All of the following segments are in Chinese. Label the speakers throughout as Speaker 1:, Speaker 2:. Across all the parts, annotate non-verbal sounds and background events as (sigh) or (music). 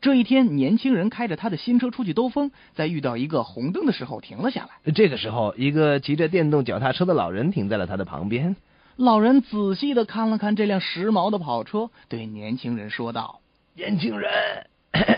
Speaker 1: 这一天，年轻人开着他的新车出去兜风，在遇到一个红灯的时候停了下来。
Speaker 2: 这个时候，一个骑着电动脚踏车的老人停在了他的旁边。
Speaker 1: 老人仔细的看了看这辆时髦的跑车，对年轻人说道
Speaker 2: 年轻人，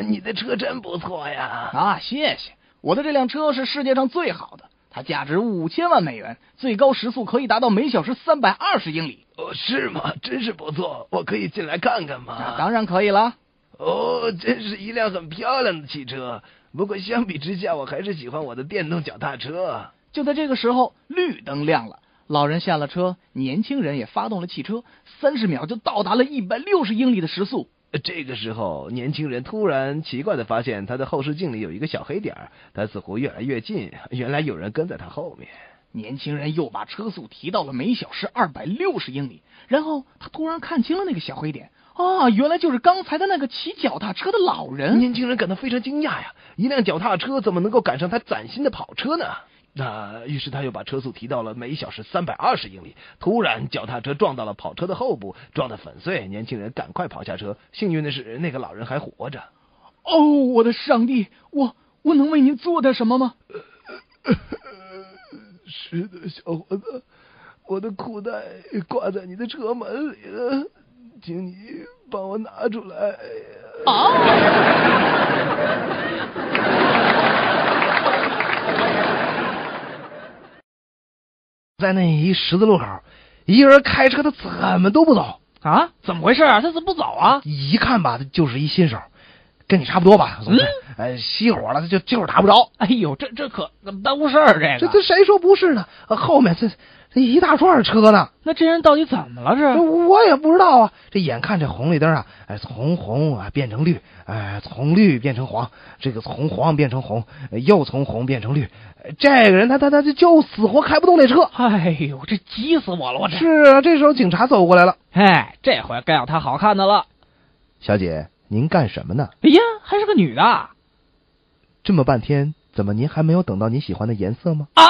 Speaker 2: (coughs) 你的车真不错：“呀！
Speaker 1: 啊，谢谢，我的这辆车是世界上最好的，它价值五千万美元，最高时速可以达到每小时三百二十英里。
Speaker 2: 哦，是吗？真是不错，我可以进来看看吗？
Speaker 1: 啊那当然可以了。
Speaker 2: 哦，真是一辆很漂亮的汽车。不过相比之下，我还是喜欢我的电动脚踏车。”
Speaker 1: 就在这个时候，绿灯亮了，老人下了车，年轻人也发动了汽车，三十秒就到达了一百六十英里的时速。
Speaker 2: 这个时候，年轻人突然奇怪的发现他的后视镜里有一个小黑点儿，他似乎越来越近，原来有人跟在他后面。
Speaker 1: 年轻人又把车速提到了每小时二百六十英里，然后他突然看清了那个小黑点，啊，原来就是刚才的那个骑脚踏车的老人。
Speaker 2: 年轻人感到非常惊讶呀，一辆脚踏车怎么能够赶上他崭新的跑车呢？那于是他又把车速提到了每小时三百二十英里。突然，脚踏车撞到了跑车的后部，撞得粉碎。年轻人赶快跑下车，幸运的是那个老人还活着。
Speaker 1: 哦，我的上帝，我我能为您做点什么吗？
Speaker 2: 是的，小伙子，我的裤带挂在你的车门里了，请你帮我拿出来。
Speaker 1: 啊！
Speaker 2: (laughs) 在那一十字路口，一个人开车，他怎么都不走。
Speaker 3: 啊，怎么回事啊？他怎么不走啊？
Speaker 2: 一看吧，他就是一新手，跟你差不多吧，总之，呃，熄火了，他就就是打不着。
Speaker 3: 哎呦，这这可怎么耽误事儿？这
Speaker 2: 这
Speaker 3: 个，
Speaker 2: 这谁说不是呢？呃后面这这一大串车呢，
Speaker 3: 那这人到底怎么了？
Speaker 2: 这
Speaker 3: 这
Speaker 2: 我也不知道啊。这眼看这红绿灯啊，哎，从红啊变成绿，哎，从绿变成黄，这个从黄变成红，呃又从红变成绿。呃这个人他他他就就死活开不动那车。
Speaker 3: 哎呦，这急死我了！我这，
Speaker 2: 是啊，这时候警察走过来了，
Speaker 3: 哎，这回该让他好看的了。
Speaker 2: 小姐，您干什么呢？
Speaker 3: 哎呀，还是个女的啊！
Speaker 2: 这么半天，怎么您还没有等到你喜欢的颜色吗？
Speaker 3: 啊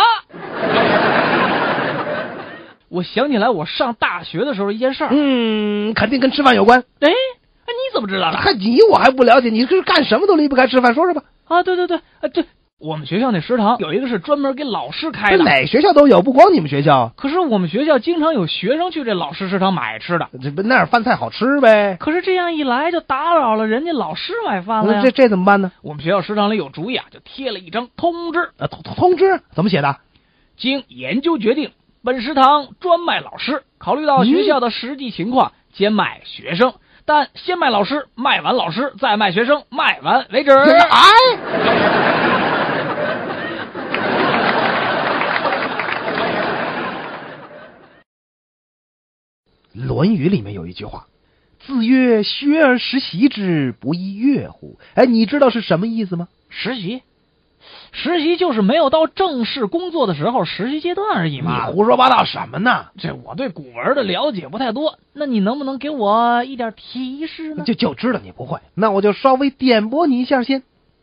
Speaker 3: (laughs) 我想起来，我上大学的时候一件事儿。
Speaker 2: 嗯，肯定跟吃饭有关。
Speaker 3: 哎，哎，你怎么知道的？
Speaker 2: 还啊你我还不了解，你是干什么都离不开吃饭，说说吧。
Speaker 3: 啊，对对对，啊对，我们学校那食堂有一个是专门给老师开
Speaker 2: 这
Speaker 3: 的。
Speaker 2: 哪学校都有，不光你们学校，
Speaker 3: 可是我们学校经常有学生去这老师食堂买吃的，
Speaker 2: 这不那儿饭菜好吃呗。
Speaker 3: 可是这样一来就打扰了人家老师买饭了
Speaker 2: 那
Speaker 3: 呀。
Speaker 2: 嗯这这怎么办呢？
Speaker 3: 我们学校食堂里有主意啊，就贴了一张通知，
Speaker 2: 呃，通通知怎么写的？
Speaker 3: 经研究决定，本食堂专卖老师，考虑到学校的实际情况，兼卖学生，但先卖老师，卖完老师再卖学生，卖完为止。
Speaker 2: 哎，《论语》里面有一句话：“子曰：学而时习之，不亦说乎？”哎，你知道是什么意思吗？
Speaker 3: 实习，实习就是没有到正式工作的时候实习阶段而已
Speaker 2: 你
Speaker 3: 嘛。
Speaker 2: 胡说八道什么呢？
Speaker 3: (laughs) 这我对古文的了解不太多，那你能不能给我一点提示呢？
Speaker 2: 就就知道你不会，那我就稍微点拨你一下先。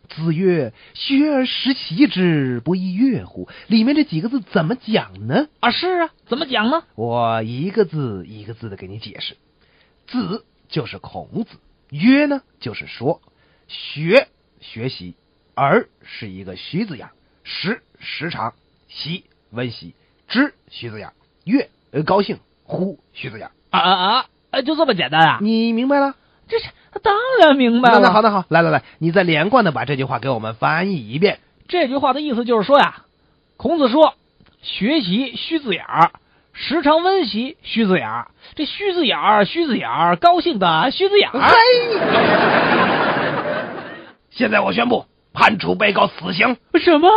Speaker 2: 子曰：“学而时习之，不亦说乎？”里面这几个字怎么讲呢？
Speaker 3: 啊，是啊，怎么讲呢？
Speaker 2: 我一个字一个字的给你解释。子就是孔子，曰呢就是说，学学习，而是一个徐字样，时时常，习温习，知徐字样，悦呃高兴，呼徐字样。
Speaker 3: 啊啊啊！哎，就这么简单啊？
Speaker 2: 你明白了？
Speaker 3: 这是当然明白了。
Speaker 2: 嗯那那好，那好，来来来，你再连贯的把这句话给我们翻译一遍。
Speaker 3: 这句话的意思就是说呀，孔子说，学习须字眼儿，时常温习须字眼儿。这须字眼儿，须字眼儿，高兴的须字眼儿。
Speaker 2: 现在我宣布，判处被告死刑。
Speaker 3: 呃什么？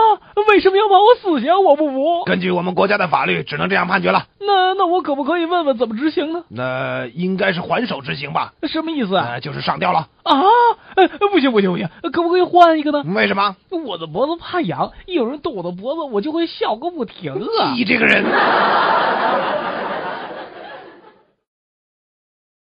Speaker 3: 为什么要把我死刑？我不服。
Speaker 2: 根据我们国家的法律，只能这样判决了。
Speaker 3: 那那我可不可以问问怎么执行呢？
Speaker 2: 那应该是还手执行吧？
Speaker 3: 什么意思啊？
Speaker 2: 呃，就是上吊了。
Speaker 3: 啊，呃不行不行不行，可不可以换一个呢？
Speaker 2: 为什么？
Speaker 3: 我的脖子怕痒，一有人动我的脖子，我就会笑个不停啊。
Speaker 2: 你这个人，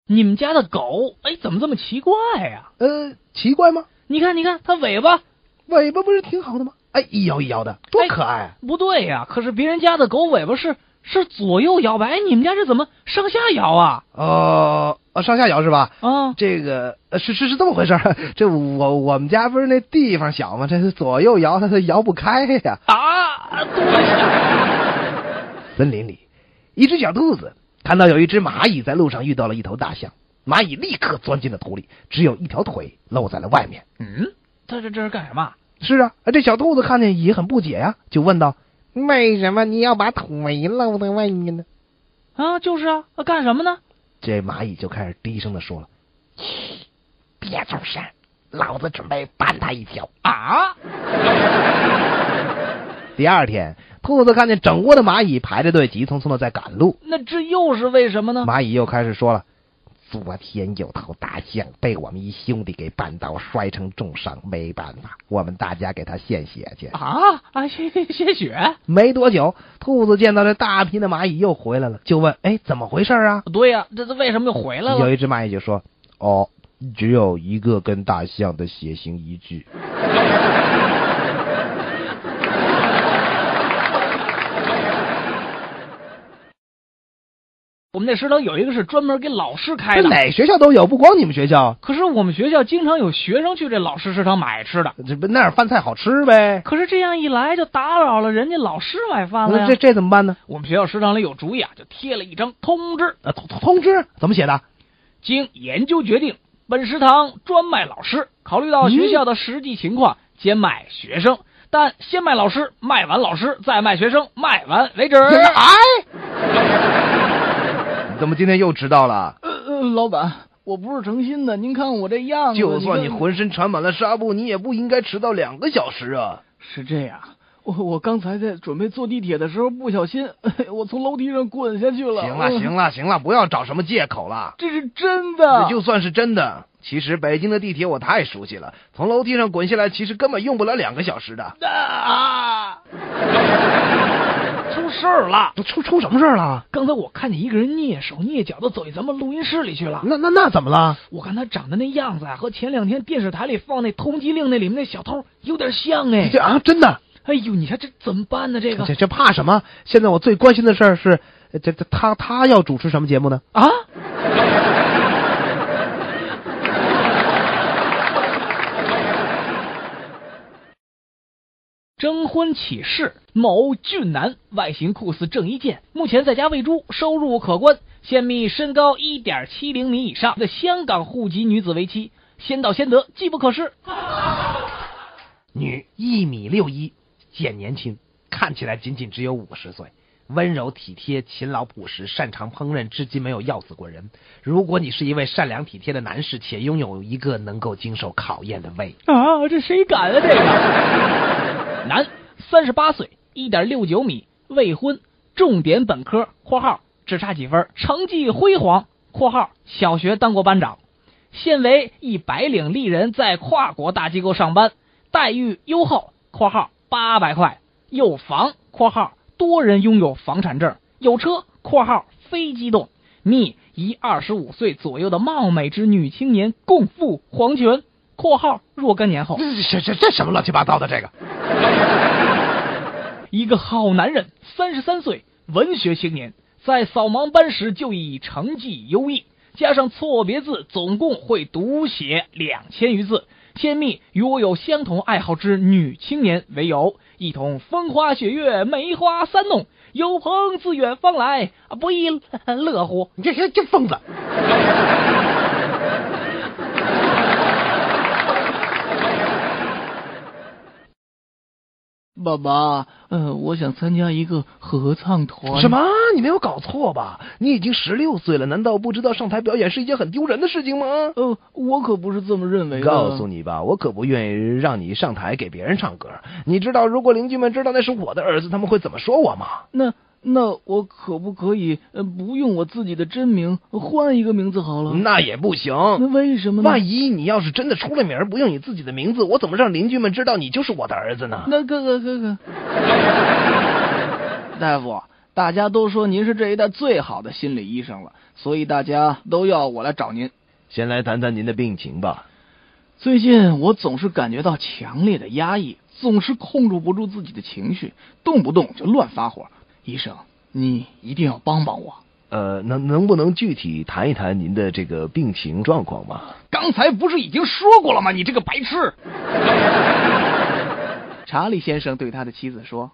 Speaker 3: 你们家的狗，哎，怎么这么奇怪呀、
Speaker 2: 呃，奇怪吗？
Speaker 3: 你看，你看，它尾巴
Speaker 2: 尾巴不是挺好的吗？哎，一摇一摇的，多可爱啊！
Speaker 3: 不对呀、可是别人家的狗尾巴是是左右摇摆。哎，你们家这怎么上下摇啊？
Speaker 2: 哦，呃上下摇是吧？
Speaker 3: 啊，
Speaker 2: 这个呃是是是这么回事儿， (laughs) 这我我们家不是那地方小吗？这是左右摇，它它摇不开呀。
Speaker 3: 啊，多吓！
Speaker 2: 森林里，一只小兔子看到有一只蚂蚁在路上遇到了一头大象，蚂蚁立刻钻进了土里，只有一条腿露在了外面。
Speaker 3: 嗯，他这这是干什么？
Speaker 2: 是啊，呃这小兔子看见也很不解呀、就问道：“为什么你要把腿露在外面呢
Speaker 3: 啊，就是啊，啊干什么呢？？”
Speaker 2: 这蚂蚁就开始低声的说了：“别走神，老子准备绊他一跤。”
Speaker 3: 啊，
Speaker 2: 第二天，兔子看见整窝的蚂蚁排着队，急匆匆的在赶路。
Speaker 3: 那这又是为什么呢？
Speaker 2: 蚂蚁又开始说了：“昨天有头大象被我们一兄弟给绊倒，摔成重伤，没办法，我们大家给他献血去。
Speaker 3: 啊啊， (laughs) 谢谢谢雪。
Speaker 2: 没多久，兔子见到这大批的蚂蚁又回来了，就问：“哎，怎么回事啊
Speaker 3: 对呀、这这为什么又回？”来
Speaker 2: 有
Speaker 3: 了？
Speaker 2: 一只蚂蚁就说：“哦，只有一个跟大象的血型一致。
Speaker 3: 我们那食堂有一个是专门给老师开
Speaker 2: 这
Speaker 3: 的，
Speaker 2: 哪学校都有，不光你们学校，
Speaker 3: 可是我们学校经常有学生去这老师食堂买吃的，
Speaker 2: 这不那儿饭菜好吃呗？
Speaker 3: 可是这样一来就打扰了人家老师买饭了
Speaker 2: 那
Speaker 3: 呀。
Speaker 2: 这这怎么办呢？
Speaker 3: 我们学校食堂里有主意啊，就贴了一张通知，
Speaker 2: 呃，通通知怎么写的？
Speaker 3: 经研究决定，本食堂专卖老师，考虑
Speaker 1: 嗯
Speaker 3: 到学校的实际情况，兼卖学生，但先卖老师，卖完老师再卖学生，卖完
Speaker 1: (laughs)
Speaker 3: 为止。
Speaker 1: 呃
Speaker 2: 哎， (laughs) 你怎么今天又迟到了？
Speaker 1: 呃呃，老板，我不是诚心的，您看我这样子，
Speaker 2: 就算你
Speaker 1: 看
Speaker 2: 浑身缠满了纱布，你也不应该迟到两个小时啊！
Speaker 1: 是这样，我我刚才在准备坐地铁的时候不小心， (laughs) 我从楼梯上滚下
Speaker 3: 呃
Speaker 1: 去了。
Speaker 2: 行了，
Speaker 1: 嗯
Speaker 2: 行，了，行了，不要找什么借口了。
Speaker 1: 这是真
Speaker 2: 这
Speaker 3: 呃
Speaker 1: 的。
Speaker 2: 就算是真的，其实北京的地铁我太熟悉了，从楼梯上滚下来，其实根本用不了两个小时的。
Speaker 3: 啊！ (laughs) 出事儿了！
Speaker 2: 不出出什么事儿了？
Speaker 3: 刚才我看见一个人蹑手蹑脚的走进咱们录音室里去了。
Speaker 2: 那那那怎么了？
Speaker 3: 我看他长得那样子啊，和前两天电视台里放那《通缉令》那里面那小偷有点像哎
Speaker 2: 这。啊，真的，
Speaker 3: 哎呦，你看这怎么办呢？这个
Speaker 2: 这这怕什么？现在我最关心的事儿是，呃这这他他要主持什么节目呢？
Speaker 3: 啊，征婚启事：某俊男，外形酷似郑伊健，目前在家喂猪，收入可观，现觅身高一点七零米以上的香港户籍女子为妻，先到先得，机不可失。
Speaker 2: 女，一米六一，显年轻，看起来仅仅只有五十岁，温柔体贴，勤劳朴实，擅长烹饪，至今没有药死过人。如果你是一位善良体贴的男士，且拥有一个能够经受考验的胃，
Speaker 3: 啊，这谁敢啊这个？男，三十八岁，一点六九米，未婚，重点本科（括号只差几分），成绩辉煌（括号小学当过班长），现为一白领丽人，在跨国大机构上班，待遇优厚（括号八百块），有房（括号多人拥有房产证），有车（括号非机动）。觅一二十五岁左右的貌美之女青年共赴黄泉（括号若干年后）。
Speaker 2: 哦这这这什么乱七八糟的这个？
Speaker 3: 一个好男人，三十三岁，文学青年，在扫盲班时就已成绩优异，加上错别字，总共会读写两千余字。先密与我有相同爱好之女青年为由，一同风花雪月、梅花三弄，有朋自远方来，啊不亦乐乎？
Speaker 2: 你这这这疯子！
Speaker 1: 爸爸，呃，我想参加一个合唱团。
Speaker 2: 什？么？你没有搞错吧？你已经十六岁了，难道不知道上台表演是一件很丢人的事情吗？
Speaker 1: 呃，我可不是这么认为的。
Speaker 2: 告诉
Speaker 1: 你，
Speaker 2: 你吧，我可不愿意让你上台给别人唱歌。你知道，如果邻居们知道那是我的儿子，他们会怎么说我吗？
Speaker 1: 那那我可不可以呃不用我自己的真名，换一个名字好了？
Speaker 3: 嗯
Speaker 2: 那也不行。
Speaker 1: 那为什么呢？
Speaker 2: 万一你要是真的出了名儿，不用你自己的名字，我怎么让邻居们知道你就是我的儿子呢？
Speaker 1: 那哥哥哥哥，大夫，大家都说您是这一代最好的心理医生了，所以大家都要我来找您。
Speaker 2: 先来谈谈您的病情吧。
Speaker 1: 最近我总是感觉到强烈的压抑，总是控制不住自己的情绪，动不动就乱发火。医生，
Speaker 3: 你一定要帮帮我。
Speaker 2: 呃，能能不能具体谈一谈您的这个病情状况吗？
Speaker 3: 刚才不是已经说过了吗？你这个白痴！ (laughs) 查理先生对他的妻子说。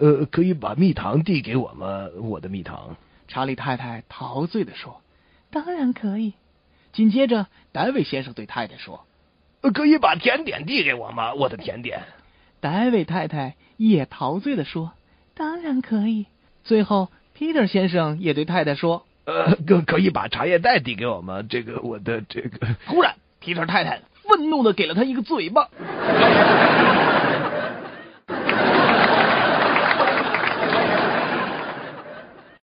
Speaker 2: 呃，可以把蜜糖递给我吗？我的蜜糖。
Speaker 3: 查理太太陶醉的说：“当然可以。”紧接着，戴维先生对太太说
Speaker 2: 呃，可以把甜点递给我吗？我的甜点。：“
Speaker 3: 戴维太太也陶醉的说，当然可以。”最后，Peter 先生也对太太说。
Speaker 2: 呃，可可以把茶叶蛋递给我吗？这个我的这个。
Speaker 3: 忽然，皮特太太愤怒的给了他一个嘴巴。